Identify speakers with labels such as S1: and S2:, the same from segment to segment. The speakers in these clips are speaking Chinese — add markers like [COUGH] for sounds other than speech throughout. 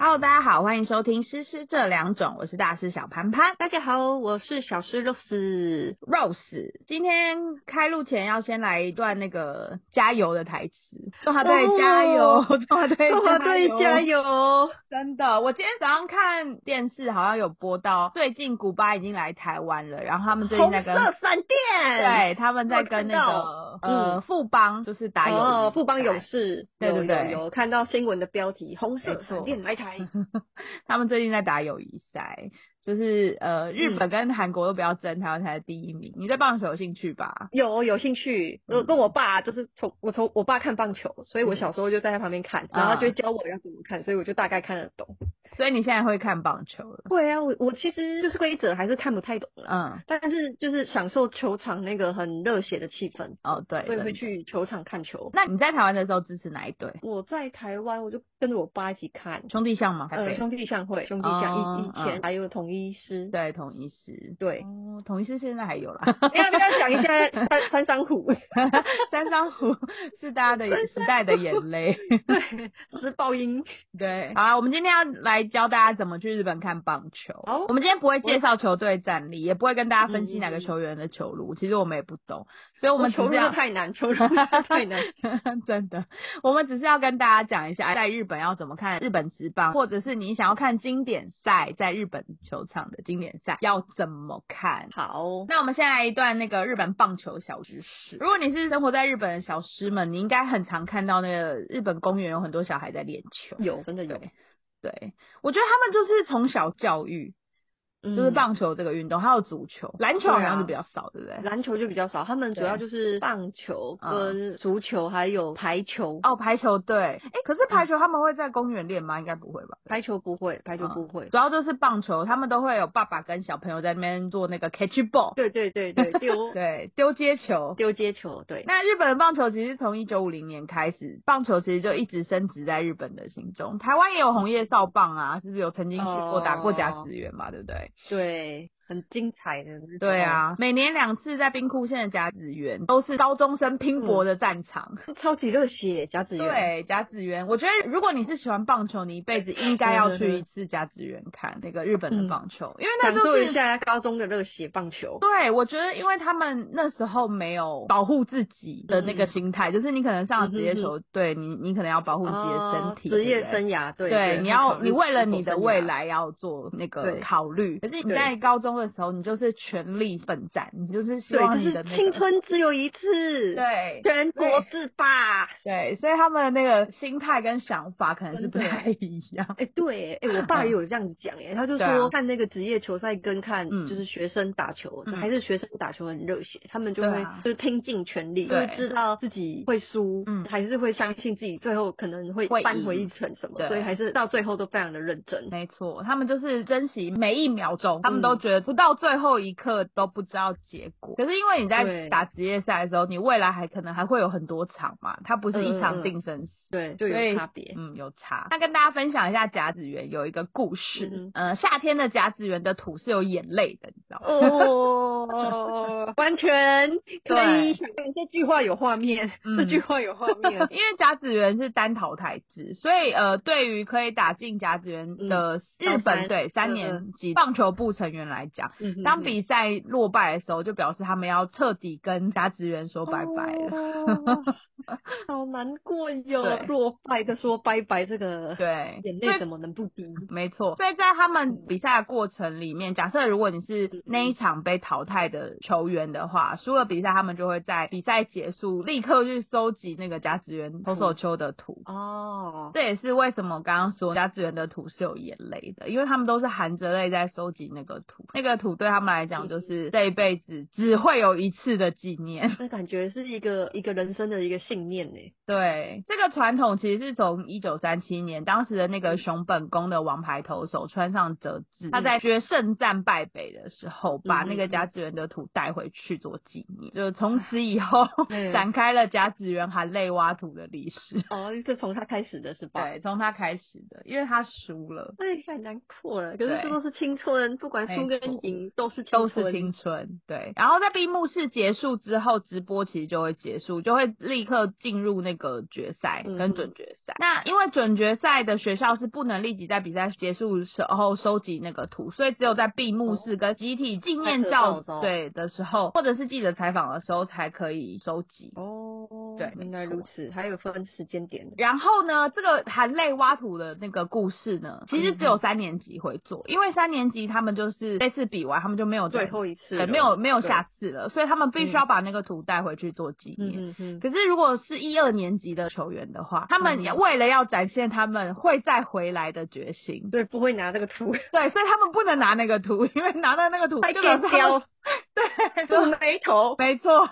S1: Hello，大家好，欢迎收听《诗诗这两种》，我是大师小潘潘
S2: 大家好，我是小诗 Rose。
S1: Rose。今天开录前要先来一段那个加油的台词，中华
S2: 哦
S1: 队加油，中华队
S2: 中华队加！油！
S1: 真的，我今天早上看电视好像有播到，最近古巴已经来台湾了，然后他们最近
S2: 红
S1: 在跟
S2: 色闪电，
S1: 对他们在跟那个
S2: 我看到
S1: 呃富邦就是打友谊
S2: 哦，富邦
S1: 赛
S2: 勇士，
S1: 对
S2: 有
S1: 对对
S2: 有有看到新闻的标题，红色
S1: 没错
S2: 闪电来台，
S1: 他们最近在打友谊赛，就是呃，日本跟韩国都不要争，台湾才是第一名。你对棒球有兴趣吧？
S2: 有有兴趣，
S1: 嗯
S2: 我跟我爸就是从我从我爸看棒球，所以我小时候就在他旁边
S1: 啊
S2: 看，然后他就会教我要怎么看，所以我就大概看得懂。
S1: 所以你现在会看棒球了？
S2: 对啊，我我其实就是规则还是看不太懂啦，
S1: 嗯，
S2: 但是就是享受球场那个很热血的气氛，
S1: 哦对，
S2: 所以会
S1: 真的
S2: 去球场看球。
S1: 那你在台湾的时候支持哪一队？
S2: 我在台湾，我就跟着我爸一起看，
S1: 兄弟象吗？台
S2: 呃，
S1: 北、
S2: 兄弟相会，兄弟相以
S1: 哦
S2: 以前
S1: 嗯
S2: 还有统一师，
S1: 对统一师。 [LAUGHS]
S2: 对
S1: 哦，统一师现在还
S2: [LAUGHS]
S1: 有啦。
S2: 要不要讲一下三三山虎？
S1: [LAUGHS] 三张虎是大家的时代的眼
S2: [LAUGHS]
S1: 泪。
S2: 是爆 [LAUGHS] 音，
S1: 对，好啦，啊我们今天要来教大家怎么去日本看棒球。
S2: 好
S1: 我们今天不会介绍球队战力，也不会跟大家分析哪
S2: 嗯哦
S1: 个球员的球路，其实我们也不懂，所以我们只
S2: 球
S1: 是
S2: 路
S1: 要
S2: 太难，球路太
S1: [LAUGHS]
S2: 难。
S1: 真的，我们只是要跟大家讲一下，在日本要怎么看日本职棒，或者是你想要看经典赛，在日本球场的经典赛要怎么看。
S2: 好，
S1: 那我们先来一段那个日本棒球小知识。如果你是生活在日本的小师们，你应该很常看到那个日本公园有很多小孩在练球。
S2: 有真的有，
S1: 对对，我觉得他们就是从小教育，
S2: 就
S1: 就是棒球这个运动，还有足球、篮球好像是比较少，对不对？
S2: 篮球就比较少，他们主要就是棒球、
S1: 嗯
S2: 跟足球还有排球。
S1: 哦，排球队，哎，可是排球他们会在公园练吗？应该不会吧？
S2: 排球不会，排球
S1: 啊
S2: 不会。
S1: 主要就是棒球，他们都会有爸爸跟小朋友在那边做那个 catch ball，
S2: 对对对对，丢
S1: 对，丢接球。
S2: 丢接球，
S1: [LAUGHS]
S2: 对，
S1: 那日本的棒球其实从一九五零年开始，棒球其实就一直升值在日本的心中。台湾也有红叶少棒啊，是不是有曾经去过打过甲子园嘛？对不对？
S2: 对，很精彩哦的。
S1: 对，啊，每年两次在兵库县的甲子园都是高中生拼搏的战场。
S2: 超级热血，甲子园。
S1: 对，甲子园，我觉得如果你是喜欢棒球，你一辈子应该要去一次甲子园看那个日本的棒球，因为那
S2: 感
S1: 就
S2: 嗯受
S1: 是
S2: 一下高中的热血棒球，
S1: 对，我觉得因为他们那时候没有保护自己的
S2: 嗯
S1: 那个心态，就是你可能上了职业球队，你你可能要保护自己的身体，
S2: 哦职业
S1: 对不对
S2: 生涯，对
S1: 对
S2: 对，
S1: 你
S2: 考
S1: 要
S2: 虑
S1: 你为了
S2: 是否
S1: 你的
S2: 生涯
S1: 未，来要做那个
S2: 对
S1: 考虑。可是你
S2: 对
S1: 在高中的时候，你就是全力奋战，你就是希
S2: 对，
S1: 望
S2: 就
S1: 你的
S2: 是
S1: 那个
S2: 青春只有一次，，
S1: 对。
S2: 全国制霸。
S1: 对，所以他们的那个心态跟想法可能是不
S2: 真的
S1: 太一样。
S2: 哎、对，哎、我爸也有这样子讲，哎，他就
S1: 对啊
S2: 说看那个职业球赛跟看
S1: 嗯
S2: 就是学生打球，
S1: 嗯
S2: 还是学生打球很热血，他们就
S1: 对
S2: 会
S1: 啊
S2: 就是拼尽全力，就
S1: 对
S2: 是知道自己会输，
S1: 嗯
S2: 还是会相信自己最后可能会
S1: 会
S2: 扳回
S1: 赢
S2: 一城什么，
S1: 对
S2: 所以还是到最后都非常的认真。
S1: 没错，他们就是珍惜每一秒钟，
S2: 嗯
S1: 他们都觉得不到最后一刻都不知道结果。可是因为你在
S2: 对
S1: 打职业赛的时候，你未来还可能还会有很多场嘛，它不是一
S2: 嗯嗯
S1: 场
S2: 嗯
S1: 定生死。
S2: 对，就
S1: 所以
S2: 有差别。
S1: 嗯，有差。那跟大家分享一下甲子园有一个故事，
S2: 嗯
S1: 呃，夏天的甲子园的土是有眼泪的，你知道吗？ [LAUGHS]
S2: 哦，完全可以
S1: 对
S2: 想象这句话有画面，
S1: 嗯
S2: 这句话有画
S1: [LAUGHS]。
S2: 面
S1: 因为甲子园是单淘汰制，所以呃，对于可以打进甲子园的日
S2: 高
S1: 本
S2: 嗯三
S1: 队、三
S2: 嗯
S1: 年级棒球部成员来讲，
S2: 嗯
S1: 当比赛落败的时候，就表示他们要彻底跟甲子园说拜拜了。
S2: 哦，好难过哟
S1: 对！
S2: 落败的说拜拜，这个
S1: 对，
S2: 眼
S1: 所
S2: 泪
S1: 以嗯
S2: 怎么能不滴？
S1: 没错，所以在他们比赛的过程里面，假设如果你
S2: 嗯
S1: 是那一场被淘汰的球员的话，输了比赛，他们就会在比赛结束立刻去收集那个甲子园投
S2: 嗯
S1: 手丘的图。
S2: 哦，
S1: 这也是为什么我刚刚说甲子园的土是有眼泪的，因为他们都是含着泪在收集那个土，那个土对他们来
S2: 嗯
S1: 讲就是这一辈子只会有一次的纪念。
S2: 那感觉是一个一个人生的一个信念呢。
S1: 对，这个传统其实是从一九三七年当时的那个熊本宫的王牌投手川上哲治，他在决胜战败北的时后，把
S2: 嗯
S1: 那个甲子园的土带回去做纪念，就从此
S2: [LAUGHS]
S1: 以后
S2: 嗯
S1: [LAUGHS] 展开了甲子园含泪挖土的历史。
S2: 哦，是从他开始的是吧？
S1: 对，从他开始的，因为他输了，
S2: 哎，太难过了。可是
S1: 对
S2: 这都是青春，不管输
S1: 没
S2: 跟
S1: 错
S2: 赢都是青
S1: 都
S2: 春。
S1: 是青春。对，然后在闭幕式结束之后，直播其实就会结束，就会立刻进入那个决赛
S2: 嗯
S1: 跟准决赛。那因为准决赛的学校是不能立即在比赛结束时候收集那个图，所以只有在闭幕
S2: 哦
S1: 式跟集体纪念
S2: 拍合照的
S1: 照
S2: 时候
S1: 对的时候，或者是记者采访的时候才可以收集。
S2: 哦，
S1: 对
S2: 原
S1: 没
S2: 来
S1: 错
S2: 如此，还有分时间点的。
S1: 然后呢，这个含泪挖土的那个故事呢，其实只
S2: 嗯
S1: 有三年级会做，因为三年级他们就是这次比完，他们就没有
S2: 最后一次
S1: 哦
S2: 了，
S1: 对，没有没有
S2: 对嗯
S1: 下。次了，所以他们必须要把那个图带回去做纪念。
S2: 嗯嗯嗯，
S1: 可是如果是一二年级的球员的话，他们
S2: 嗯
S1: 也为了要展现他们会再回来的决心。
S2: 对，不会拿这个
S1: [LAUGHS]
S2: 图， [LAUGHS]
S1: 对，所以他们不能拿那个图，因为拿到那个图
S2: 拍
S1: 就表示
S2: 电
S1: 他们
S2: 雕，
S1: 对，
S2: 皱眉头。
S1: 没错，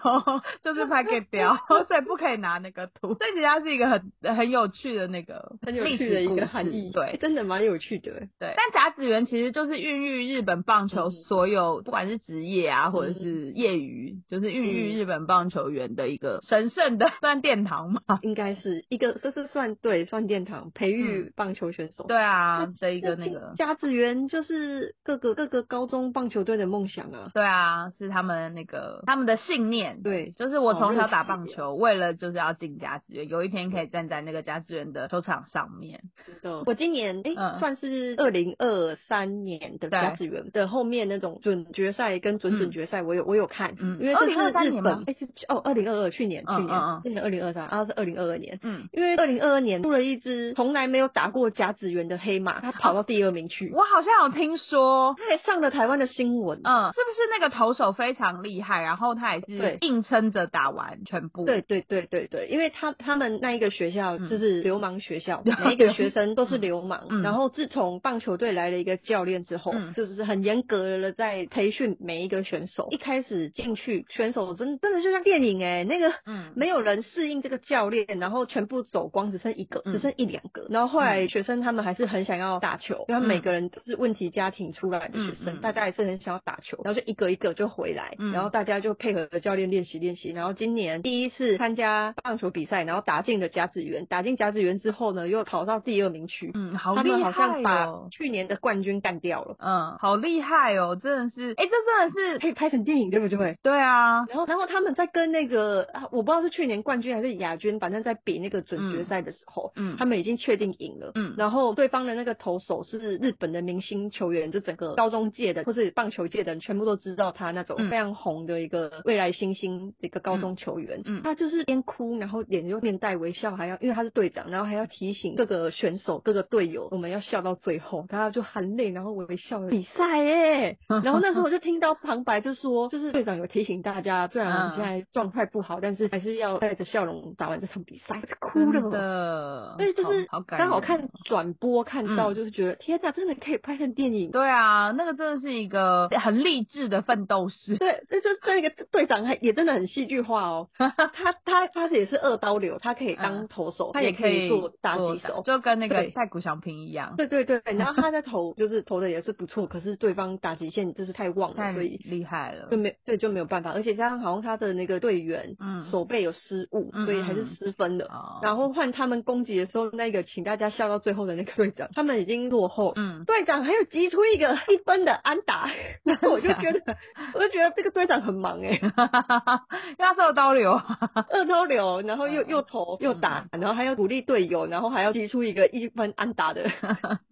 S1: 就是拍给雕，
S2: [LAUGHS]
S1: 所以不可以拿那个图。这其实它是一个很很有趣的那个
S2: 很有
S1: 历
S2: 趣
S1: 史
S2: 的一
S1: 故
S2: 个
S1: 事
S2: 含义，
S1: 对
S2: 哎，真的蛮有趣的。
S1: 对，但甲子园其实就是孕育日本棒球
S2: 嗯
S1: 所有，不管是职业啊，或者是业余，就是孕
S2: 嗯
S1: 育日本棒球员的一个神圣的 [LAUGHS] 算殿堂嘛。
S2: 应该是一个，这是算对算殿堂培育棒球选手。
S1: 嗯对
S2: [LAUGHS]
S1: 啊
S2: 那，
S1: 的一个那
S2: 进
S1: 个，
S2: 甲子园就是各个各个高中棒球队的梦想啊。
S1: [LAUGHS] 对啊，是他们那个他们的信念。
S2: 对，
S1: 就是我
S2: 好
S1: 从
S2: 热
S1: 小打
S2: 血
S1: 棒
S2: 哦
S1: 球，为了就是要进甲子园，有一天可以站在那个甲子园的球场上面。
S2: 真的。我今年哎、
S1: 嗯
S2: 算是二零二三年的
S1: 对
S2: 甲子园的后面那种准决赛跟准准决赛，我有我有看，
S1: 嗯
S2: 因为这是
S1: 2023
S2: 日
S1: 年
S2: 本
S1: 吗
S2: 哎、是哦二零二二去年去
S1: 嗯
S2: 年
S1: 嗯嗯
S2: 今年二零二三，然后是二零二二年。
S1: 嗯，
S2: 因为二零二二年出了一只从来没有打过甲子园的黑马，它跑到第二名去，
S1: 我好像有听说，
S2: 它还上了台湾的新闻。
S1: 嗯，是不是那个投手非常厉害，然后他也是
S2: 对
S1: 硬撑着打完全部。
S2: 对对对对对，因为他他们那一个学校
S1: 嗯
S2: 就是流氓学
S1: [LAUGHS]
S2: 校，
S1: 流
S2: 每一个学生都是流氓。
S1: 嗯
S2: 然后自从棒球队来了一个教练之后，
S1: 嗯
S2: 就是很严格的在培训每一个选手。一开始进去，选手真真的就像电影哎、那个
S1: 嗯，
S2: 没有人适应这个教练，然后全部走光，只剩一个，
S1: 嗯
S2: 只剩一两个。然后后来学生他们还是很想要打球，因为他们每个人都是问题家庭出来的学
S1: 嗯嗯
S2: 生，大家也是很想要打球，然后就一个一个就回来，
S1: 嗯
S2: 然后大家就配合着教练练习练习。然后今年第一次参加棒球比赛，然后打进了甲子园，打进甲子园之后呢，又跑到第二名区，
S1: 嗯，好
S2: 他
S1: 厉
S2: 们好
S1: 害
S2: 像把
S1: 哦。
S2: 去年的冠军干掉了，
S1: 嗯，好厉害哦，真的是，哎、这真的是，
S2: 可以拍成电影对不对？
S1: 对啊，
S2: 然后，然后他们在跟那个啊，我不知道是去年冠军还是亚军，反正在比那个准决赛的时候，
S1: 嗯嗯
S2: 他们已经确定赢了。
S1: 嗯
S2: 然后对方的那个投手是日本的明星球员，就整个高中界的或是棒球界的人全部都知道他那种
S1: 嗯
S2: 非常红的一个未来新星的一个高中球员。
S1: 嗯嗯
S2: 他就是边哭，然后脸就面带微笑，还要因为他是队长，然后还要提醒各个选手、各个队友，我们要笑到最后。他就含泪，然后微笑地比赛
S1: [LAUGHS]
S2: 耶。哎然后那时候我就听到旁白就说，就是队长有提醒大家，虽然我
S1: 嗯
S2: 们现在状态不好，但是还是要带着笑容打完这场比赛。我就哭
S1: 真
S2: 了。
S1: 的，
S2: 所以就是
S1: 好好感
S2: 刚好
S1: 人哦
S2: 看转播看到，
S1: 嗯
S2: 就是觉得、天哪，真的可以拍成电影。
S1: 对啊，那个真的是一个很励志的奋斗史。
S2: 对，那就是那个队长还也真的很戏剧化
S1: [LAUGHS]
S2: 哦。他他他也是二刀流，他可以当投手， [LAUGHS] 他也
S1: 嗯可以
S2: 做打
S1: 做
S2: 击手。
S1: 就跟那个
S2: 对
S1: 太古翔平一样，
S2: 对对
S1: [LAUGHS]
S2: 对，然后他在投就是投的也是不错，可是对方打击线就是太旺
S1: 太
S2: 了，所以
S1: 厉害了
S2: 就。没对就没有办法，而且加上好像他的那个队员
S1: 嗯
S2: 手背有失误，
S1: 嗯
S2: 所以还是
S1: 嗯
S2: 失分的。
S1: 哦
S2: 然后换他们攻击的时候，那个请大家笑到最后的那个队长，他们已经落后。
S1: 嗯， [LAUGHS]
S2: 队长还有击出一个 [LAUGHS] 一分的安 [LAUGHS] 打，然后我就觉得，我就觉得这个队长很忙 [LAUGHS] 哎、
S1: 因为他是二刀流啊，
S2: 二刀流，然后又又投又打，然后还要鼓励队友，然后还要击出一个一分安打的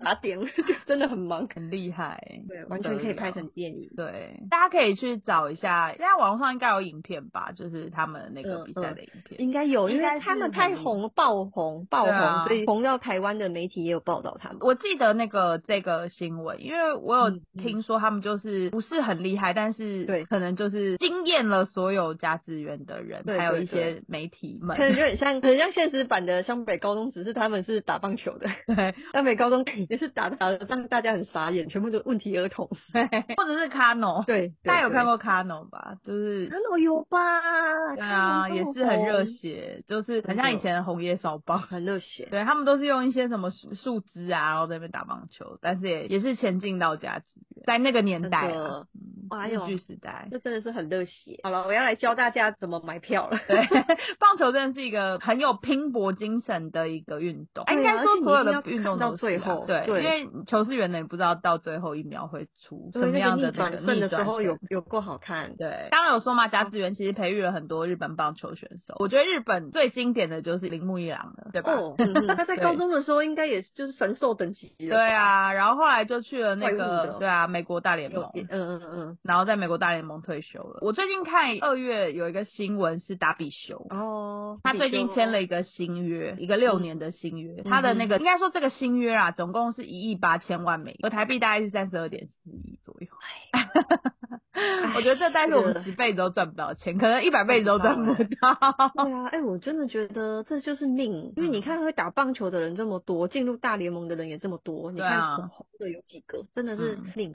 S2: 打 [LAUGHS] 点，就真的很忙。
S1: 很厉害，
S2: 对，完全可以拍成电影。
S1: 对，大家可以去找一下，现在网络上应该有影片吧，就是他们那
S2: 嗯
S1: 个比赛
S2: 嗯
S1: 的影片。
S2: 应该有，因
S1: 应
S2: 为
S1: 该
S2: 他
S1: 是
S2: 们
S1: 很
S2: 太红了，爆红，爆
S1: 对
S2: 红，
S1: 啊
S2: 所以红到台湾的媒体也有报道他们。
S1: 我记得那个这个新闻，因为我有
S2: 嗯嗯
S1: 听说他们就是不是很厉害，但是
S2: 对
S1: 可能就是惊艳了所有甲子园的人，
S2: 对
S1: 还有
S2: 对
S1: 一些媒体们
S2: 可。能有点像，可能像现实版的湘北高中，只是他们是打棒球的。
S1: 对，
S2: 湘北高中也是打打的，让大家很傻眼，全部都问题儿童。
S1: 或者是 Cano，
S2: 对，
S1: 大家有看
S2: 过？
S1: 过 Cano 吧？就是
S2: 哪有有吧？
S1: 对啊，
S2: 看
S1: 也
S2: 过
S1: 是很热
S2: 红，
S1: 血，就是很
S2: 真的
S1: 像以前的红叶烧
S2: [LAUGHS]
S1: 包。
S2: 很热血。
S1: 对他们都是用一些什么树树枝啊，然后在那边打棒球，但是也也是前进到甲子园，在那个年代
S2: 真
S1: 啊
S2: 的，
S1: 嗯
S2: 哎呦
S1: 日剧时代。
S2: 这真的是很热血。好了，我要来教大家怎么买票了。
S1: 对， [LAUGHS] 棒球真的是一个很有拼搏精神的一个运动。哎
S2: 对啊
S1: 应该
S2: 而
S1: 说
S2: 且你
S1: 所有
S2: 一定
S1: 的
S2: 要
S1: 运
S2: 看
S1: 动
S2: 到
S1: 都是
S2: 最
S1: 啊
S2: 后
S1: 对，
S2: 对
S1: 因为球是员的，你不知道到最后一秒会出什
S2: 对，
S1: 么
S2: 那
S1: 样
S2: 个
S1: 的
S2: 逆
S1: 那
S2: 转
S1: 个
S2: 胜
S1: 逆
S2: 的时
S1: 转
S2: 候
S1: 胜
S2: 有有够好看。
S1: 对，刚刚有说嘛，甲子园其实培育了很多日本棒球选手。我觉得日本最经典的就是铃木一朗了，对吧？
S2: 哦，嗯嗯他在
S1: 对
S2: 高中的时候应该也是就是神兽等级了。
S1: 对，啊，然后后来就去了那
S2: 怪物
S1: 个
S2: 的
S1: 对啊美国大联
S2: 有
S1: 盟，
S2: 嗯嗯嗯
S1: 然后在美国大联盟退休了。我最近看二月有一个新闻是达比修。
S2: 嗯，哦，
S1: 他最近签了一个新约，一个六
S2: 嗯
S1: 年的新约。
S2: 哼
S1: 他的那个应该说这个新约啊，总共是一亿八千万美元，而台币大概是三十二点四亿左右。
S2: 哎
S1: [LAUGHS] 我觉得这大概是我们
S2: 是
S1: 十辈子都赚不到的钱，可能一百辈子都赚不到。
S2: 对啊，哎、我真的觉得这就是命，因为
S1: 嗯
S2: 你看会打棒球的人这么多，进入大联盟的人也这么多，你
S1: 对啊
S2: 看红红的有几个，真的是
S1: 嗯 [LAUGHS]
S2: 命。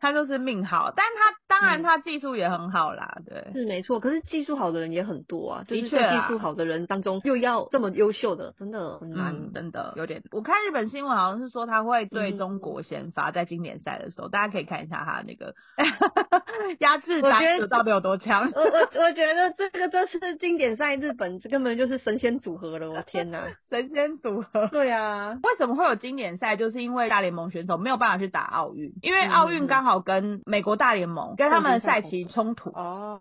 S1: 他就是命好，但他当然
S2: 嗯
S1: 他技术也很好啦，对。
S2: 是没错，可是技术好的人也很多啊，就
S1: 的
S2: 是
S1: 确
S2: 在
S1: 啊
S2: 技术好的人当中又要这么优秀的，真的很难。
S1: 嗯，真的有点。我看日本新闻好像是说他会对
S2: 嗯
S1: 中国先发，在经典赛的时候，大家可以看一下他那
S2: [LAUGHS]
S1: 个压制
S2: 我
S1: 打
S2: 觉得
S1: 球到底有多强。
S2: [LAUGHS] 我我我觉得这个这次经典赛日本这根本就是神仙组合了，我天 [LAUGHS] 哪！
S1: 神仙组合。
S2: 对啊，
S1: 为什么会有经典赛？就是因为大联盟选手没有办法去打奥运，因为奥运
S2: 嗯
S1: 刚好跟美国大联盟跟他们的赛期冲突。
S2: 哦，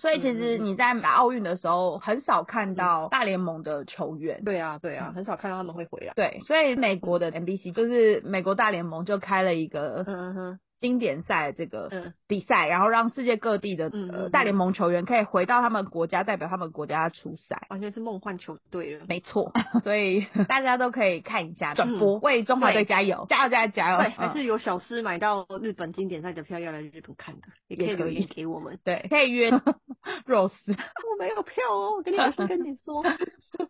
S1: 所以其实你在打奥运的时候，很少看到大联盟的球员。
S2: 对啊对啊，很少看到他们会回来。
S1: 对，所以美国的 NBC 就是美国大联盟就开了一个
S2: 嗯哼，
S1: 经典赛这个
S2: 嗯
S1: 比赛，然后让世界各地的
S2: 嗯
S1: 呃
S2: 嗯
S1: 大联盟球员可以回到他们国家代表他们国家出赛。
S2: 完全是梦幻球队了。[LAUGHS]
S1: 没错，所以大家都可以看一下转播，为中华
S2: 嗯对
S1: 队加油，加油，加油，加油！
S2: 对，
S1: 嗯
S2: 还是有小师买到日本经典赛的票要来日本看的，也可
S1: 也
S2: 以
S1: 可
S2: 留言
S1: 以
S2: 给我们。啊
S1: 对，可以约 [LAUGHS] Rose。
S2: 我没有票哦，我跟你马上跟你 [LAUGHS] 说。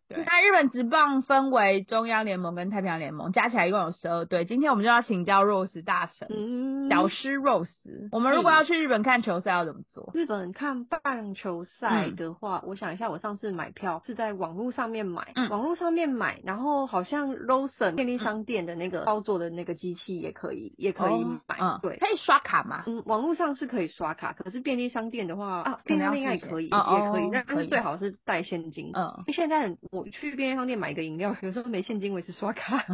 S1: 对，那日本职棒分为中央联盟跟太平洋联盟，加起来一共有十二队。今天我们就要请教 Rose 大神、
S2: 嗯，
S1: 小狮 Rose。我们如果要去日本看球赛要怎么做？
S2: 日本看棒球赛
S1: 嗯
S2: 的话，我想一下，我上次买票是在网络上面买，
S1: 嗯
S2: 网络上面买，然后好像 Lawson 便利商店的那个操作的那个机器也可以，也可以买，
S1: 嗯，
S2: 对。
S1: 可以刷卡吗？
S2: 嗯，网络上是可以刷卡，可是便利商店的话，啊，
S1: 可
S2: 便利
S1: 能要
S2: 商店应该也
S1: 付钱
S2: 可以，
S1: 哦
S2: 也可以
S1: 哦，
S2: 但
S1: 可
S2: 是
S1: 以
S2: 最好是带现金。
S1: 嗯
S2: 因，为现在很我去便利商店买一个饮料，有时候没现金，我也是刷
S1: [LAUGHS]
S2: 卡，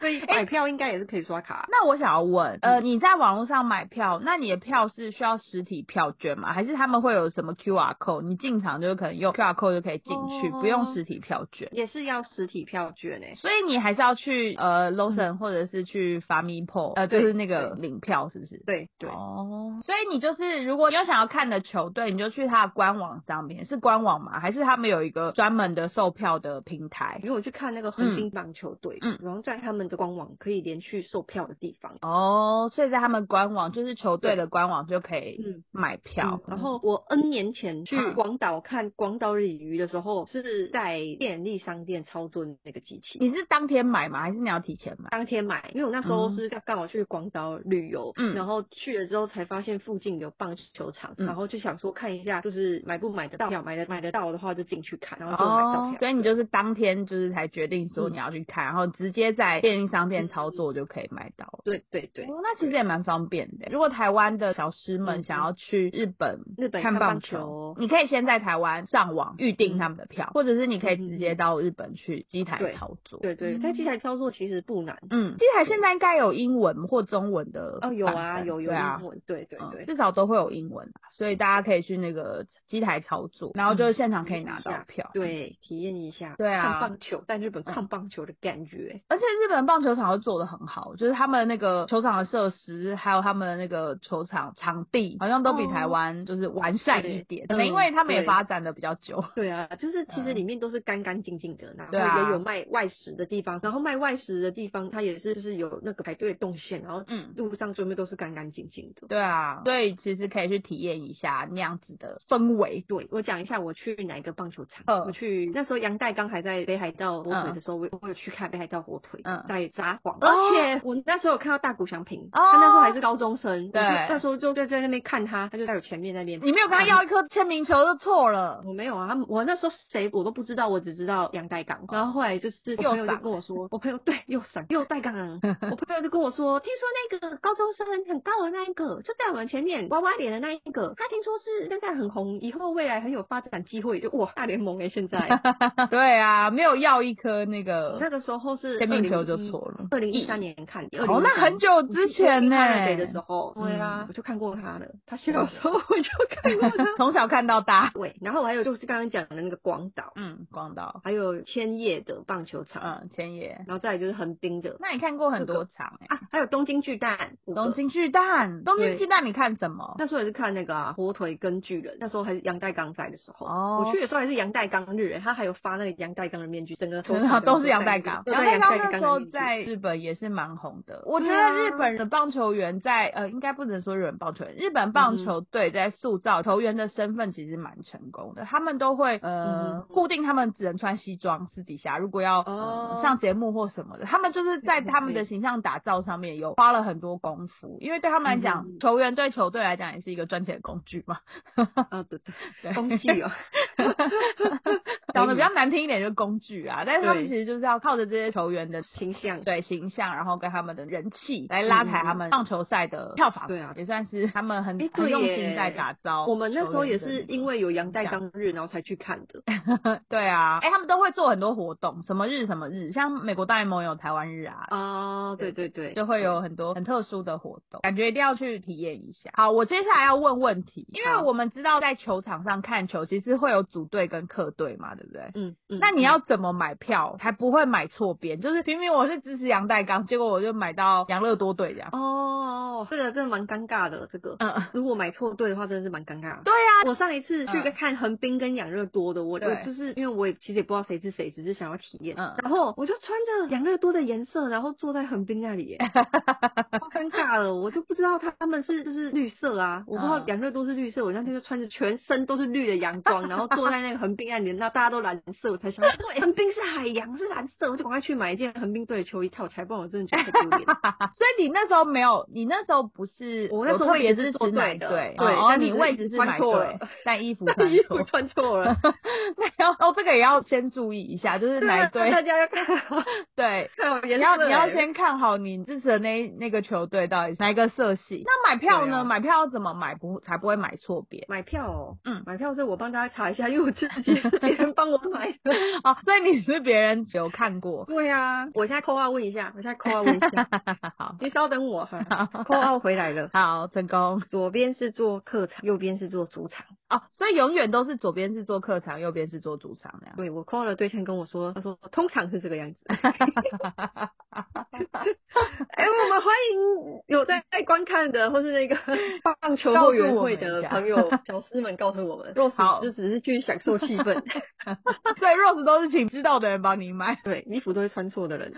S2: 所以买票应该也是可以刷卡。
S1: 那我想要问，呃，你在网络上买票，那你的票是需要实体票券吗？还是他们会有什么 QR code？你进场就可能用 QR code 就可以进去，不用
S2: 哦
S1: 实体票券。
S2: 也是要实体票券欸诶、
S1: 所以你还是要去呃 Lawson 或者是去 f a m i p o 呃，就
S2: 对
S1: 是那个
S2: 对
S1: 领票，是不是？
S2: 对对，
S1: 哦，所以你就是如果你有想要看的球队，你就去他的官网上面，是官网吗？还是他们有一个专门的售票的平台？
S2: 因为我去看那个横滨棒球队，
S1: 嗯
S2: 然后在他们的官网可以连续售票的地方。嗯
S1: 哦，所以在他们官网，就是球队的官网就可以
S2: 嗯
S1: 买票
S2: 嗯，然后我 N 年前去
S1: 嗯
S2: 广岛看广岛鲤鱼的时候，是在便利商店操作那个机器。
S1: 你是当天买吗？还是你要提前买？
S2: 当天买，因为我那时候
S1: 嗯
S2: 是刚刚好去广岛旅游，
S1: 嗯
S2: 然后去了之后才发现附近有棒球场，
S1: 嗯
S2: 然后就想说看一下，就是买不买得到票，买得买得到的话就进去看，然后就买到票。
S1: 哦，所以你就是当天就是才决定说
S2: 嗯
S1: 你要去看，然后直接在便利商店操作就可以买到了。
S2: 对对对，
S1: 哦，那其实也蛮方便的。如果台湾的小师们
S2: 嗯
S1: 想要去日本
S2: 日本
S1: 看
S2: 看
S1: 棒
S2: 棒
S1: 球
S2: 球，
S1: 你可以先在台湾上网预定
S2: 嗯
S1: 他们的票，或者是你可以
S2: 嗯嗯
S1: 直接
S2: 嗯
S1: 到日本去机台
S2: 对
S1: 操作。嗯
S2: 对对，在机台操作其实不难。
S1: 嗯，机台现在应该有英文或中文的
S2: 哦，有
S1: 版
S2: 啊，
S1: 本
S2: 有有
S1: 对啊
S2: 英文，对对
S1: 嗯
S2: 对。
S1: 至少都会有英文啊，所以大家可以去那个机台操作，然后
S2: 嗯
S1: 就是现场可以拿到票。，
S2: 对，体验一下，
S1: 对啊
S2: 看棒球，在日本
S1: 嗯
S2: 看棒球的感觉，
S1: 而且日本棒球场都做的很好，就是他们那个球场的设施，还有他们的那个球场场地，好像都比
S2: 哦
S1: 台湾就是完善一
S2: 对
S1: 点，
S2: 嗯
S1: 可能因为他们也
S2: 对
S1: 发展的比较
S2: [LAUGHS]
S1: 久。
S2: 对啊，就是其实
S1: 嗯
S2: 里面都是干干净净的，然
S1: 对啊
S2: 后也有卖外食的地方，然后卖外食的地方它也是就是有那个排队的动线，然后
S1: 嗯
S2: 路上全部都是干干净净的。
S1: 对啊，所以其实可以去体验一下那样子的氛围。
S2: 对，我讲一下我去哪一个棒球场，
S1: 嗯
S2: 我去去，那时候杨代刚还在北海道火腿的时候，我我有去看北海道火腿
S1: 嗯
S2: 在札幌，
S1: 哦
S2: 而且我那时候有看到大谷翔平，
S1: 哦
S2: 他那时候还是高中生，
S1: 对
S2: 我就那时候就在在那边看他，他就在我前面那边。
S1: 你没有跟他要一颗签名球就错了。 [LAUGHS]
S2: 我没有啊，他们我那时候谁我都不知道，我只知道杨代刚。然后后来就是我
S1: 右
S2: 朋友就
S1: 闪
S2: 跟我说，我朋友对右闪右代刚，
S1: [LAUGHS]
S2: 我朋友就跟我说，听说那个高中生很高的那一个，就在我们前面娃娃脸的那一个，他听说是现在很红，以后未来很有发展机会，就哇大联盟哎、现
S1: [LAUGHS]
S2: 在
S1: 对啊，没有要一颗那
S2: 那
S1: 个
S2: 个时候是
S1: 签名球就
S2: 2011
S1: 错了。
S2: 二零一三年看，
S1: 哦，那很久之前呢、
S2: 的时候，
S1: 嗯。
S2: 对啊，我就看过他了。他小时候我就看过 [LAUGHS] 他
S1: [LAUGHS] 从小看到大。
S2: 对，然后我还有就是刚刚讲的那个广岛，
S1: 嗯，广岛，
S2: 还有千叶的棒球场，
S1: 嗯，千叶。
S2: 然后再来就是横滨的
S1: 那你看过很多场哎、
S2: 啊，还有东京巨蛋。五个
S1: 东京巨蛋，东京巨蛋你看什么？
S2: 那时候也是看那个啊，火腿跟巨人，那时候还是杨代刚在的时候。
S1: 哦
S2: 我去的时候还是杨代刚日，他还有发那个杨代刚的面具，整个头
S1: 然后
S2: 发
S1: [LAUGHS] 都是杨代刚，
S2: 都
S1: 杨
S2: 在
S1: 代
S2: 杨代
S1: 刚那
S2: 刚
S1: 时
S2: 的
S1: 候
S2: 面具
S1: 在日本也是蛮红的。我觉
S2: 对
S1: 得
S2: 啊
S1: 日本的棒球员在呃，应该不能说日本棒球员，日本棒球队在塑造球员的身份其实蛮成功的。他们都会呃
S2: 嗯
S1: 固定，他们只能穿西装，私底下如果要呃
S2: 哦
S1: 上节目或什么的，他们就是在他们的形象打造上面有花了很多功夫，因为对他们来讲
S2: 嗯嗯，嗯
S1: 球员对球队来讲也是一个赚钱的工具嘛。
S2: 啊，对对，
S1: 对
S2: 风气哦，
S1: 讲的比较难听一点，就是工具啊。但是他们
S2: 哎对
S1: 其实就是要靠着这些球员的
S2: 形象。
S1: 对形象，然后跟他们的人气来拉抬他们棒球赛的票房，
S2: 嗯对啊
S1: 也算是他们很
S2: 诶
S1: 很
S2: 对
S1: 用
S2: 耶
S1: 心在打造。
S2: 我们那时候也是因
S1: 为
S2: 为有杨代刚日，然后才去看的。
S1: 对啊，哎，他们都会做很多活动，什么日什么日，像美国大联盟有台湾日啊。
S2: 啊，对对对，
S1: 就会有很多很特殊的活动，感觉一定要去体验一下。好，我接下来要问问题，因为
S2: 好
S1: 我们知道在球场上看球，其实会有组队跟客队嘛，对不对？
S2: 嗯嗯。
S1: 那你要怎么买票才不会买错边？就是明明我是支持杨代刚，结果我就买到杨乐多队这样。
S2: 哦，这个真的蛮尴尬的，这个。
S1: 嗯，
S2: 如果买错队的话，真的是蛮尴尬的。
S1: 对啊，
S2: 我上一次去
S1: 嗯
S2: 看横滨跟养乐多的，我
S1: 对
S2: 我就是因为我也其实也不知道谁是谁，只是想要体验。
S1: 嗯
S2: 然后我就穿着养乐多的颜色，然后坐在横滨那里
S1: [LAUGHS]
S2: 耶，超尴尬了，我就不知道他们是就是绿色啊，我不知道
S1: 嗯
S2: 养乐多是绿色，我那天就穿着全身都是绿的洋装，然后坐在那个横滨那里，那大家都蓝色，我才想到对，横滨是海洋是蓝色，我就赶快去买一件横滨队的球衣套起来，不然我真的觉得太丢
S1: [LAUGHS]
S2: 脸了。
S1: 啊所以你那时候没有，你那时候不是
S2: 我那时候
S1: 有特别支
S2: 位置是
S1: 持
S2: 坐
S1: 哪
S2: 队
S1: 一
S2: 的
S1: 队？
S2: 对
S1: 哦，
S2: 但是
S1: 你位置是买
S2: 穿错了
S1: 对，
S2: [LAUGHS]
S1: 但衣服穿
S2: 衣服
S1: 错。
S2: 穿错了，
S1: 那要 [LAUGHS] 哦，这个也要先注意一下，就是哪一
S2: 对 [LAUGHS] 啊大
S1: 队
S2: 家要看好，
S1: 对。
S2: 看好颜
S1: 你
S2: 色
S1: 要你要
S2: 耶
S1: 先看好你支持的那那个球队到底是哪一个色系。那买票呢？
S2: 对啊
S1: 买票要怎么买不才不会买错边？ [LAUGHS]
S2: 买票哦，
S1: 嗯
S2: 买票是我帮大家查一下，因为我自己是别人帮我买的。
S1: 哦，所以你是别人有看过，
S2: [LAUGHS]
S1: [LAUGHS]
S2: 对啊，我现在扣二问一下，我现在扣二问一下，
S1: 好
S2: 你稍等我哈
S1: 好。
S2: 扣二回来了，
S1: 好成功
S2: 左边是做客场，右边是做主场。
S1: 哦，所以永远都是左边是做客场，右边是做主场那样。
S2: 对我扣了对象跟我说，他说通常是这个样子。哎、我们欢迎有在在观看的或是那个棒球后援会的朋 [LAUGHS] 友小师们告诉我们，若是
S1: 好
S2: 就只是去享受气氛，
S1: 所以 Rose 都是请知道的人帮你买。
S2: 对衣服都会穿错的人。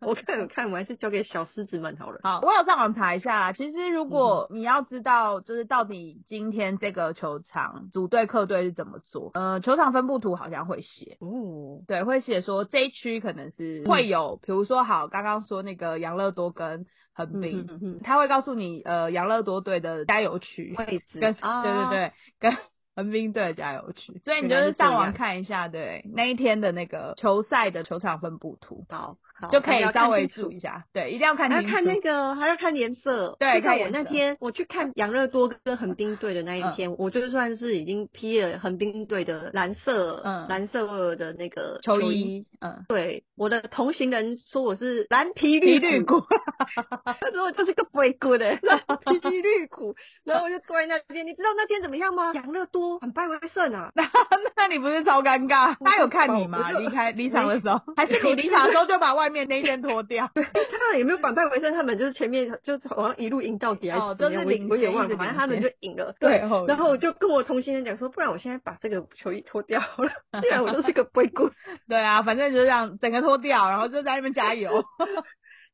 S2: 我看我看，我还是交给小狮子们好了。
S1: 好，我有上网查一下啦。其实如果
S2: 嗯
S1: 你要知道，就是到底今天这个球场组队客队是怎么做，呃，球场分布图好像会写。
S2: 哦，
S1: 对，会写说这一区可能是
S2: 嗯
S1: 会有，比如说好，刚刚说那个养乐多跟横滨，
S2: 嗯嗯嗯嗯
S1: 他会告诉你呃养乐多队的加油区，
S2: 位置
S1: 跟、
S2: 啊，
S1: 对对对，跟 [LAUGHS] 横滨队的加油区，哦所以你就
S2: 原来
S1: 是
S2: 是这
S1: 上网
S2: 样
S1: 看一下，对那一天的那个球赛的球场分布图，
S2: 好，好
S1: 就可以稍微
S2: 注
S1: 注
S2: 意。
S1: 意一下，对，一定要看
S2: 还要
S1: 清楚。
S2: 看那个，还要看颜色。就
S1: 对看
S2: 像我
S1: 颜
S2: 那
S1: 色嗯
S2: 天我去看养乐多跟横滨队的那一天，我就算是已经披了横滨队的蓝色、
S1: 嗯
S2: 蓝色的那个
S1: 球
S2: 衣。
S1: 衣，嗯，
S2: 对，我的同行人说我是蓝皮绿
S1: 皮绿
S2: 骨，
S1: 股，
S2: 他说我就是个鬼骨的 [LAUGHS] 蓝皮绿骨，然后我就坐在那边。你知道那天怎么样吗？养乐多反败为胜啊！
S1: 那你不是超尴尬？他有看你
S2: 我
S1: [LAUGHS] 吗？
S2: 就
S1: 离开离场的时候，还是你离场的时候就把外面那一件脱掉？
S2: 他们有没有反败为胜？他们就是前面就是好像一路赢到底还
S1: 哦
S2: 是怎么样
S1: 就是
S2: 我也
S1: 领
S2: 我也
S1: 先
S2: 忘
S1: 一直
S2: 了，反正
S1: 领
S2: 他们
S1: 先
S2: 就赢了。
S1: 对哦
S2: 然后我就跟我同行人讲说，不然我现在把这个球衣脱掉 [LAUGHS] 好了，不然我就是个鬼骨。
S1: 对啊，反正就这样，整个脱掉，然后就在那边加油。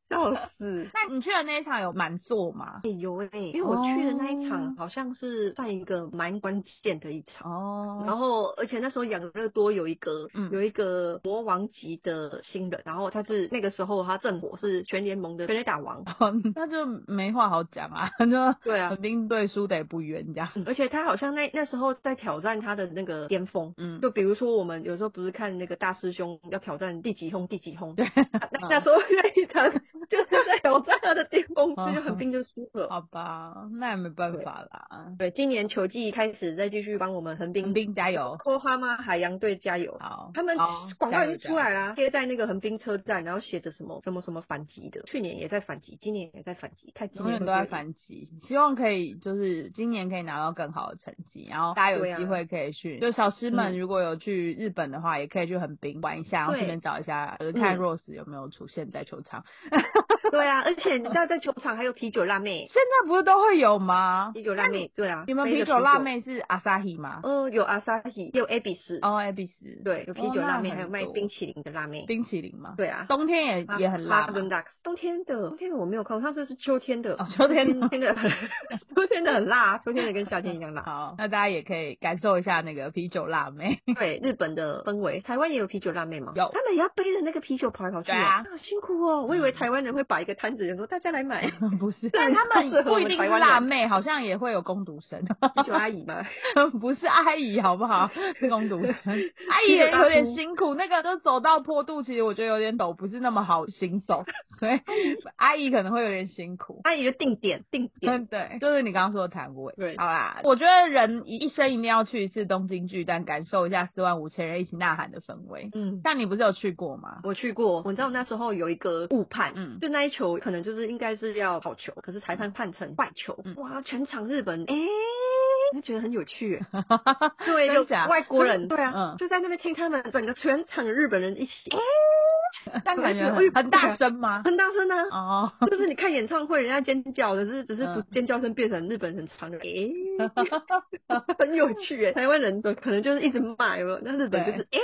S2: 笑死。
S1: [LAUGHS] 那你去的那一场有满座吗？
S2: 欸、有哎、因为我去的那一
S1: 哦
S2: 场好像是算一个蛮关键的一场，
S1: 哦，
S2: 然后而且那时候养乐多有一个、
S1: 嗯
S2: 有一个国王级的新人，然后他是那个时候他正火是全联盟的全垒打王，
S1: 哦 [LAUGHS] 那就没话好讲啊， [LAUGHS] 就
S2: 对啊，
S1: 肯定对输得也不冤这样。
S2: 嗯而且他好像那那时候在挑战他的那个巅峰。
S1: 嗯，
S2: 就比如说，我们有时候不是看那个大师兄要挑战第几轰第几 [LAUGHS] 轰，
S1: 对，
S2: 那那时候那一场就是在挑战他的巅峰，这就很拼就输了。
S1: 好吧，那也没办法啦，
S2: 对，今年球季开始再继续帮我们横
S1: 肯
S2: 滨
S1: 定加油。
S2: 科哈吗海洋队加油！
S1: 好，
S2: 他们
S1: 好
S2: 广告已经出。
S1: 加油加油
S2: 来啦，贴在那个横滨车站，然后写着什么什么什么反击的，去年也在反击，今年也在反击，看今
S1: 永
S2: 年
S1: 远
S2: 会不
S1: 都
S2: 会
S1: 在反
S2: 嗯
S1: 击，希望可以就是今年可以拿到更好的成绩，然后大家
S2: 对
S1: 有
S2: 啊
S1: 机会可以去，就小师们
S2: 嗯
S1: 如果有去日本的话，也可以去横滨玩一下，然后
S2: 对
S1: 顺便找一下，呃
S2: 嗯
S1: 看 Rose 有没有出现在球场。
S2: 赢。 [LAUGHS] 对啊，而且你知道在球场还有啤酒辣妹，
S1: 现在不是都会有吗？
S2: 啤酒辣妹，对啊，
S1: 你们
S2: 背着
S1: 啤酒辣？妹是阿萨希吗？
S2: 呃，有阿萨奇，有 A B 斯，
S1: 哦，艾比斯，
S2: 对，有啤酒辣妹，
S1: 哦那很
S2: 还有卖
S1: 多
S2: 冰淇淋的辣妹。
S1: 冰淇淋吗？
S2: 对啊，
S1: 冬天也也很辣
S2: 哈
S1: 嘛
S2: 根。达斯冬天的，冬天的我没有看过，上次是秋天的。
S1: 哦，秋天
S2: 秋天的， [LAUGHS] 秋天的很辣，秋天的跟夏天一样辣。
S1: 好，那大家也可以感受一下那个啤酒辣妹。
S2: 对日本的氛围，台湾也有啤酒辣妹吗？
S1: 有
S2: 他们也要背着那个啤酒跑来跑去、
S1: 对啊嗯
S2: 好辛苦哦。我以为台湾人会摆一个摊子，人说大家来
S1: [LAUGHS]
S2: 买
S1: [LAUGHS] 不
S2: 对
S1: 是，但他
S2: 不适
S1: 们
S2: 合我们
S1: 不一定
S2: 台
S1: 是
S2: 湾
S1: 辣
S2: 人
S1: 妹，好像也会有攻读 [LAUGHS] 生，
S2: 啤酒阿姨嘛。
S1: 不是阿姨，好不好？是攻读生， [LAUGHS] 阿姨也有点辛苦，那个就走到坡度，其实我觉得有点陡，不是那么好行 [LAUGHS] 走，所以阿姨可能会有点辛苦。
S2: 阿姨就定点定点，
S1: 嗯，对，就是你刚刚说的谭维。
S2: 对
S1: 好啦，我觉得人一一生一定要去一次东京巨蛋，感受一下四万五千人一起呐喊的氛围。
S2: 嗯。
S1: 但你不是有去过 [LAUGHS] 吗？
S2: 我去过，我知道那时候有一个误判，
S1: 嗯
S2: 就那一球可能就是应该是要好球，可是裁判判成坏球，
S1: 嗯
S2: 哇，全场日本，哎、就觉得很有趣
S1: [LAUGHS]
S2: 耶，
S1: 对
S2: 对，就外国人，对
S1: [LAUGHS] 嗯
S2: 啊，就在那边听他们整个全场日本人一起，哎、
S1: 但感觉
S2: 我也觉
S1: 很
S2: 得
S1: 很大声 [LAUGHS] 吗？
S2: 很大声啊，
S1: 哦，
S2: 就是你看演唱会，人家尖叫的，只是只是不
S1: 嗯
S2: 尖叫声变成日本人唱的，诶、
S1: [LAUGHS]
S2: 很有趣诶。台湾人的可能就是一直骂，有没有？那日本就是诶、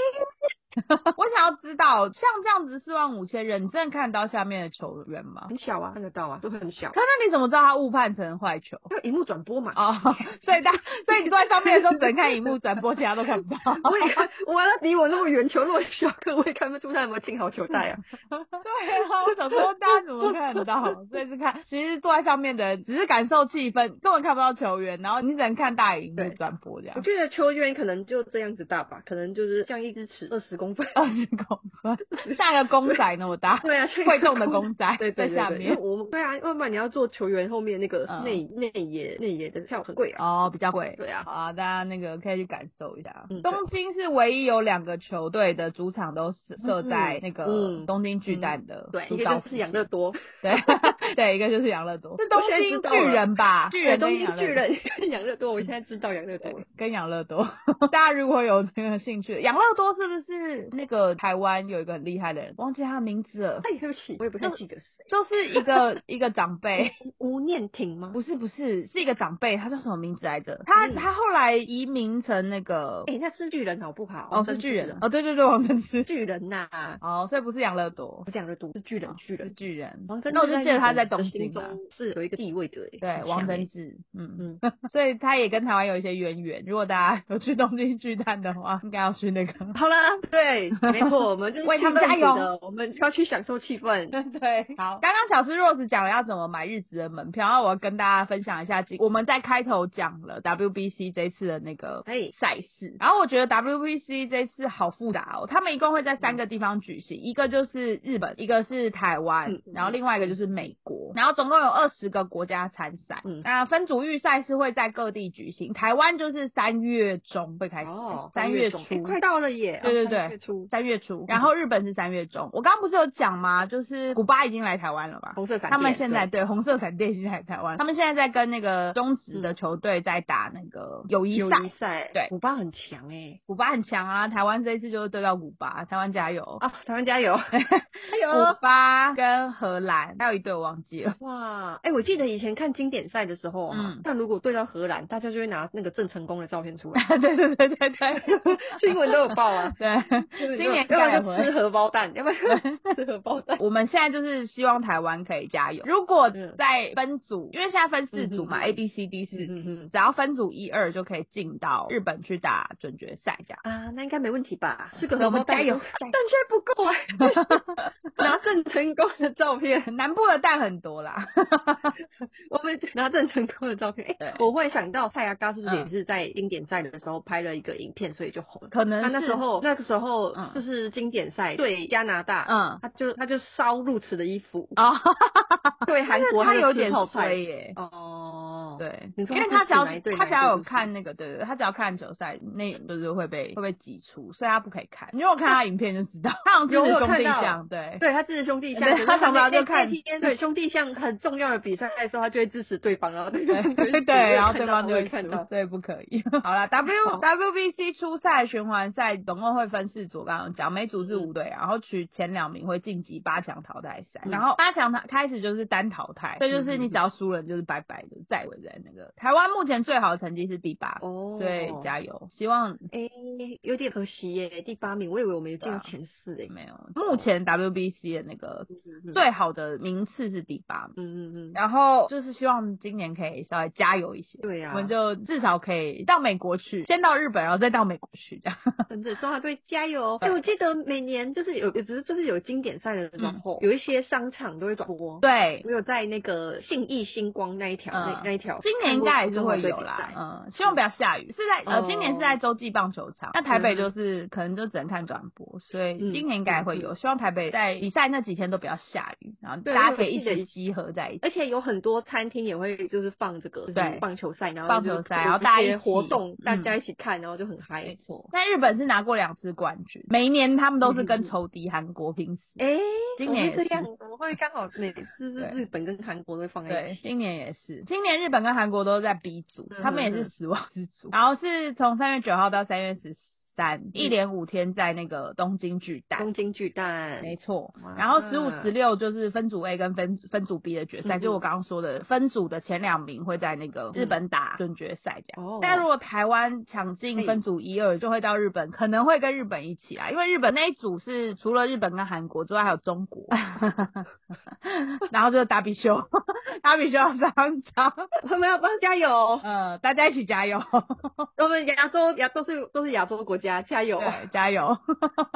S1: 我想要知道，像这样子四万五千人，你真的看得到下面的球员吗？
S2: 很小啊，看得到啊，都很小
S1: 可。是你怎么知道他误判成坏球？
S2: 还有荧幕转播嘛，
S1: 哦， [LAUGHS] 所以大，所以你坐在上面的时候只能看荧幕转播，其他都看不到。 [LAUGHS]
S2: 我也看，我要离我那么远，球那么小，可我也看不出他有没有进好球带啊。
S1: 嗯对啊，我想说大家怎么看得到？所以是看，其实坐在上面的人只是感受气氛，根本看不到球员，然后你只能看大荧幕
S2: 对
S1: 转播这样
S2: 我。觉得球员可能就这样子大吧，可能就是像一只尺，二十公分。 [LAUGHS]
S1: 二十公分， [LAUGHS] 像个公仔那么大，
S2: 对啊，像一个
S1: 会动的公仔
S2: [LAUGHS] 对
S1: 在
S2: 对
S1: 下
S2: 对对，因为
S1: 面。
S2: 我们对啊，要不然你要做球员后面那个
S1: 嗯
S2: 内内野内野的票很贵啊。
S1: 哦，比较贵。
S2: 对啊
S1: 好啊，大家那个可以去感受一下。
S2: 嗯对
S1: 东京是唯一有两个球队的主场都设设在那个
S2: 嗯
S1: 东京巨蛋的
S2: 对，
S1: 主
S2: 一
S1: 岛
S2: 个
S1: 附
S2: 就是
S1: 近
S2: 养乐多，
S1: 对 [LAUGHS] 对，一个就是养乐多，是东
S2: 我现在
S1: 京
S2: 知道
S1: 巨
S2: 了
S1: 人吧？巨人
S2: 东
S1: 跟
S2: 京
S1: 养乐
S2: 巨
S1: 多
S2: 人跟 [LAUGHS] 养乐多，我现在知道养乐多
S1: 对
S2: 了。，
S1: 跟养乐多， [LAUGHS] 大家如果有那个兴趣，养乐多是不是那个台湾有一个很厉害的人，忘记他的名字了，
S2: 哎，对不起，我也不太记得谁，
S1: 就是一个 [LAUGHS] 一个长辈，
S2: 吴念婷吗？
S1: 不是不是，是一个长辈，他叫什么名字来着？他、
S2: 嗯
S1: 他后来移民成那个，
S2: 哎，那是巨人好不好？
S1: 哦是巨
S2: 啊
S1: 人，哦对对对，王贞治，
S2: 巨人呐，
S1: 哦所以不是养乐多，
S2: 不是养乐多，是巨人，巨
S1: 是
S2: 人。
S1: 巨人，
S2: 王真，
S1: 哦那我就记得他在东京
S2: 心
S1: 嘛。
S2: 中是有一个地位的耶，
S1: 对，
S2: 很
S1: 王
S2: 强
S1: 贞
S2: 耶，
S1: 治，嗯，
S2: 嗯，
S1: [LAUGHS] 所以他也跟台湾有一些渊源。如果大家有去东京巨蛋的话，应该要去那个
S2: 好啦，
S1: [LAUGHS]
S2: 对，没错，我们就是
S1: 为他们
S2: 气氛
S1: 加油
S2: 组的，我们要去享受气氛。
S1: 对，好，刚刚小诗 Rose 讲了要怎么买日职的门票，然后我要跟大家分享一下今，我们在开头讲了 WBC 这次的那个
S2: 哎，
S1: 赛事，然后我觉得 WBC 这次好复杂哦，他们一共会在
S2: 嗯
S1: 三个地方举行，一个就是日本，一个是台湾，
S2: 嗯
S1: 然后另外一个就是美国，然后总共有二十个国家参赛，
S2: 嗯
S1: 那分组预赛是会在各地举行，台湾就是三月中会开始，
S2: 哦，
S1: 三
S2: 月
S1: 初
S2: 中，哎快到了耶，
S1: 对对
S2: 哦
S1: 对
S2: 三月初，
S1: 三月初，然后日本是三月中。我刚刚不是有讲吗？就是古巴已经来台湾了吧？
S2: 红色闪电，
S1: 他们现在
S2: 对
S1: 对红色闪电已经来台湾，他们现在在跟那个中职的球队在打那个友谊
S2: 嗯友
S1: 赛
S2: 谊。赛，
S1: 对
S2: 古巴很强哎，
S1: 古巴很强啊，台湾这一次就是对到古 [LAUGHS]
S2: 哦
S1: 巴，台湾加油！哎
S2: 啊，台湾加油，加油
S1: 古！巴跟荷兰还有一队我忘忘记了。 [LAUGHS]
S2: 哇，哎、我记得以前看经典赛的时候啊，
S1: 嗯
S2: 但如果对到荷兰，大家就会拿那个郑成功的照片出来， [LAUGHS]
S1: 对对对对对 [LAUGHS]
S2: 新闻都有报啊。
S1: 对。
S2: 今
S1: 今年
S2: 要
S1: 改
S2: 不
S1: 回
S2: 然就吃荷包蛋，要不然
S1: [LAUGHS]
S2: 吃荷包 [LAUGHS] 蛋。
S1: 我们现在就是希望台湾可以加油。如果
S2: 嗯
S1: 在分组，因为现在分四组嘛
S2: 嗯哼
S1: ，A、B、C、D 四
S2: 嗯嗯
S1: 只要分组一二就可以进到日本去打准决赛这样。
S2: 啊，那应该没问题吧？吃个
S1: 对
S2: 荷
S1: 我们
S2: 包蛋
S1: 加油
S2: 都，但却不够啊！
S1: [LAUGHS]
S2: 拿郑成功的照片，
S1: 南部的蛋很多啦， [LAUGHS]
S2: 我们拿郑成功的照片。哎、
S1: 对
S2: 我会想到蔡阿嘎是不是也
S1: 嗯
S2: 是在经典赛的时候拍了一个影片，所以就红了。
S1: 可能
S2: 他
S1: 是
S2: 那时候那个时候
S1: 嗯
S2: 就是经典赛对加拿大，
S1: 嗯
S2: 他就他就烧路痴的衣服，
S1: 哦，
S2: [LAUGHS] 对韩国
S1: 他
S2: 就
S1: 有
S2: 吃
S1: 点
S2: 泡菜
S1: 衰。耶。
S2: 哦，
S1: 对，
S2: 你说
S1: 因为
S2: 他
S1: 他
S2: 是
S1: 只要
S2: 哪一队
S1: 他
S2: 哪一
S1: 只要
S2: 队
S1: 有
S2: 就是
S1: 看那个，对对，对他只要看球赛，那就是会被会被挤出，所以他不可以看。你如果看他影片就知道，他
S2: 有
S1: 有自己
S2: 我有
S1: 兄
S2: 看
S1: 弟
S2: 到
S1: 像，对，
S2: 对他支持兄弟
S1: 对
S2: 象，
S1: 他常常
S2: 常
S1: [LAUGHS] 就看
S2: 天对兄弟象很重要的比赛的时候，他就会支持对方，啊然后对
S1: [LAUGHS]
S2: [LAUGHS]
S1: 对对对，然后对方就
S2: 会
S1: 会
S2: 看
S1: 输
S2: 到。
S1: 对，不可以。 [LAUGHS] 好啦 w
S2: 好
S1: WBC 初赛循环赛总共会分四组，刚刚有讲每组是五队，然后取前两名会晋级八强淘汰赛，
S2: 嗯
S1: 然后八强淘开始就是单淘汰，所以就是你只要输了你就是拜拜的，再回在那个台湾目前最好的成绩是第八，
S2: 哦，
S1: 对，加油，希望
S2: 哎、有点可惜耶，第八名，我以为我们有进
S1: 对
S2: 到
S1: 啊
S2: 前四哎。
S1: 没有目前 WBC 哦的那个
S2: 嗯，
S1: 最好的名次是第八名。
S2: 嗯嗯嗯，
S1: 然后就是希望今年可以稍微加油一些，
S2: 对啊呀、
S1: 我们就至少可以到美国去，先到日本，然后再到美国去，
S2: [LAUGHS]
S1: 这样。
S2: 真的中华队加油！哎、
S1: 对
S2: 我记得每年就是有，也不是就是有经典赛的时
S1: 嗯
S2: 候，有一些商场都会转播。
S1: 对，
S2: 我有在那个信义星光那一条、
S1: 嗯
S2: 那那一条，
S1: 今年应该还是会有
S2: 中华队比赛。
S1: 啦，嗯，希望不要下雨。是在呃，
S2: 哦
S1: 今年是在洲际棒球场，那台北就是可能就只能看转播，
S2: 嗯
S1: 所以今年应该会有。希望台北在比赛那几天都不要下雨，然后
S2: 对
S1: 大家可以
S2: 因为我
S1: 一
S2: 记得
S1: 起集合在一起。
S2: 而且有很多餐厅也会就是放这个，就是
S1: 对
S2: 棒球赛，然后
S1: 棒
S2: 就是
S1: 球
S2: 有
S1: 赛然后
S2: 一
S1: 大家
S2: 些
S1: 一起
S2: 活动，大
S1: 嗯
S2: 家一起看，然后就很嗨。
S1: 没
S2: 错。
S1: 那日本是拿过两次冠军，每一年他们都是
S2: 嗯嗯
S1: 跟
S2: 嗯
S1: 仇敌韩国拼死。
S2: 哎、
S1: 今年也
S2: 我会
S1: 是
S2: 这样，我会刚好每就是
S1: 对
S2: 日本跟韩国都会放在一
S1: 对，
S2: 起。
S1: 今年也是，今年日本跟韩国都在 B 组，
S2: 嗯
S1: 他们也
S2: 嗯
S1: 是死亡之组，然后是从三月九号到三月十三，一连五天在那个东嗯京巨蛋。
S2: 东京巨蛋，
S1: 没错
S2: 哇，
S1: 然后十五、十六就是分组 A 跟分分组 B 的决
S2: 嗯
S1: 赛，
S2: 嗯
S1: 就我刚刚说的，分组的前两名会在那个日本打准决赛这样。
S2: 哦
S1: 但如果台湾抢进分组一二，就会到日本，可能会跟日本一起啊，因为日本那一组是除了日本跟韩国之外，还有中国，然后就是打比修，打比修要上场，
S2: 我们要帮加油，
S1: 呃，大家一起加油，
S2: 我们亚洲亚都是都是亚洲国家，加油！
S1: 对，加 [LAUGHS] 油。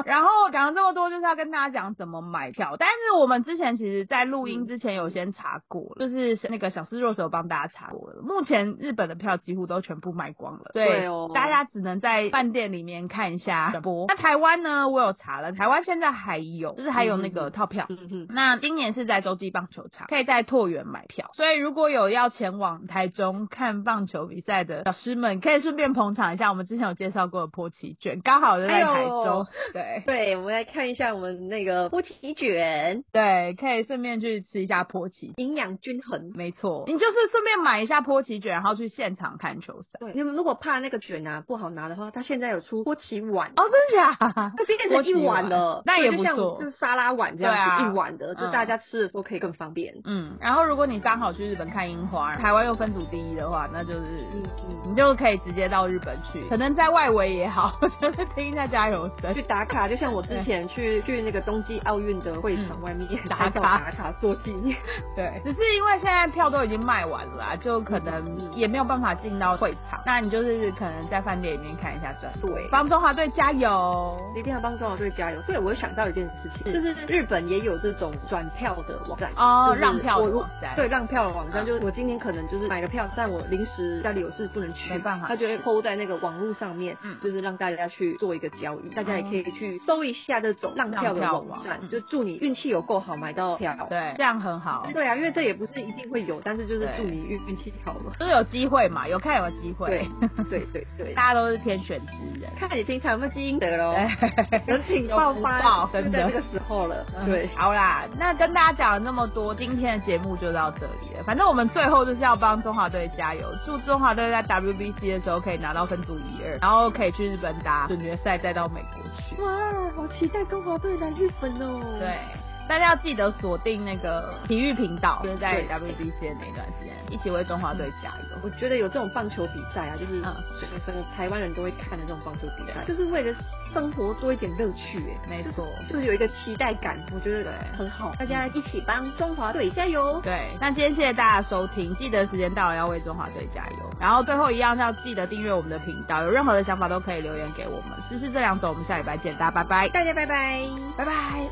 S1: 然后讲了这么多，就是要跟大家讲怎么买票。但是我们之前其实，在录音之前有先查过了，就是那个小思若手帮大家查过了。目前日本的票几乎都全部卖光了，所以
S2: 对哦
S1: 大家只能在饭店里面看一下转播。那台湾呢，我有查了，台湾现在还有，就是还有那个套票。
S2: [LAUGHS] 嗯哼，
S1: 那今年是在洲际棒球场，可以在拓园买票。所以如果有要前往台中看棒球比赛的老师们，可以顺便捧场一下我们之前有介绍过的波奇卷，刚好就在台中。对
S2: 对，我们来看一下我们那个波奇卷，
S1: 对，可以顺便去吃一下波奇。
S2: 营养均衡。
S1: 没错，你就是顺便买一下波奇卷，然后去现场看球赛。
S2: 对，你们如果怕那个卷啊不好拿的话，它现在有出波奇碗，
S1: 哦，真的假？
S2: 它变成一碗了，
S1: 波奇碗那也不
S2: 对就像
S1: 错
S2: 就是沙拉碗这样
S1: 对
S2: 子、
S1: 啊
S2: 一碗的，就
S1: 嗯
S2: 大家吃的时候可以更方便。
S1: [LAUGHS] 嗯，然后如果你刚好去日本看樱花，台湾又分组第一的话，那就是
S2: 嗯嗯，
S1: 你就可以直接到日本去，可能在外围也好， [LAUGHS] 我觉得听一下加油声
S2: 嗯去。打卡，就像我之前去去那个冬季奥运的会场
S1: 嗯
S2: 外面
S1: 打
S2: 拍照
S1: 卡
S2: 打卡做纪念。
S1: 对，只是因为现在票都已经卖完了啦，就可
S2: 嗯
S1: 能也没有办法进到会场，那你就是可能在饭店里面看一下转。
S2: 对，
S1: 帮中华队加油！
S2: 一定要帮中华队加油。对，我有想到一件事情，
S1: 嗯
S2: 就是日本也有这种转票的网站
S1: 哦
S2: 就是
S1: 让票的
S2: 我如
S1: 网站
S2: 对，让票的网站，
S1: 嗯
S2: 就是我今天可能就是买了票，但我临时家里有事不能去，
S1: 没办法
S2: 他就会 PO 在那个网络上面，
S1: 嗯哦
S2: 就是让大家去做一个交易，大家也可以去搜一下这种让票的网
S1: 让票
S2: 站，
S1: 网嗯
S2: 就祝你运气有够好买到票。
S1: 对，这样很好，
S2: 对啊，因为这也不是一定会有，但是就是
S1: 对
S2: 祝你运运气好了。
S1: [LAUGHS] 就是有机会嘛，有看有机
S2: 对
S1: 会。
S2: 对对对，
S1: [LAUGHS] 大家都是天选之人。
S2: [LAUGHS] 看你平常有没有基因得喽，
S1: 对
S2: [LAUGHS] 人品哦爆发
S1: [LAUGHS] 有福报
S2: 就
S1: 真
S2: 在
S1: 的
S2: 这个时候了。
S1: 嗯
S2: 对，
S1: 好啦，那跟大家讲了那么多，今天的节目就到这里了。反正我们最后就是要帮中华队加油，祝中华队在 WBC 的时候可以拿到分组一二，然后可以去日本打准决赛，再到美国去。
S2: 哇，好期待中华队来日本哦！
S1: 对，大家要记得锁定那个体育频道，就是在
S2: 对
S1: WBC 的那一段时间，一起为中华队加油。
S2: 我觉得有这种棒球比赛啊，就是
S1: 嗯
S2: 整个台湾人都会看的这种棒球比赛，就是为了生活多一点乐趣、哎，
S1: 没错
S2: 就是有一个期待感，我觉得
S1: 对
S2: 很好。大家一起帮中华队加油！
S1: 对，那今天谢谢大家收听，记得时间到了要为中华队加油。然后最后一样要记得订阅我们的频道，有任何的想法都可以留言给我们。试试这两种，我们下礼拜见，大家拜拜，
S2: 大家拜拜。
S1: 拜拜。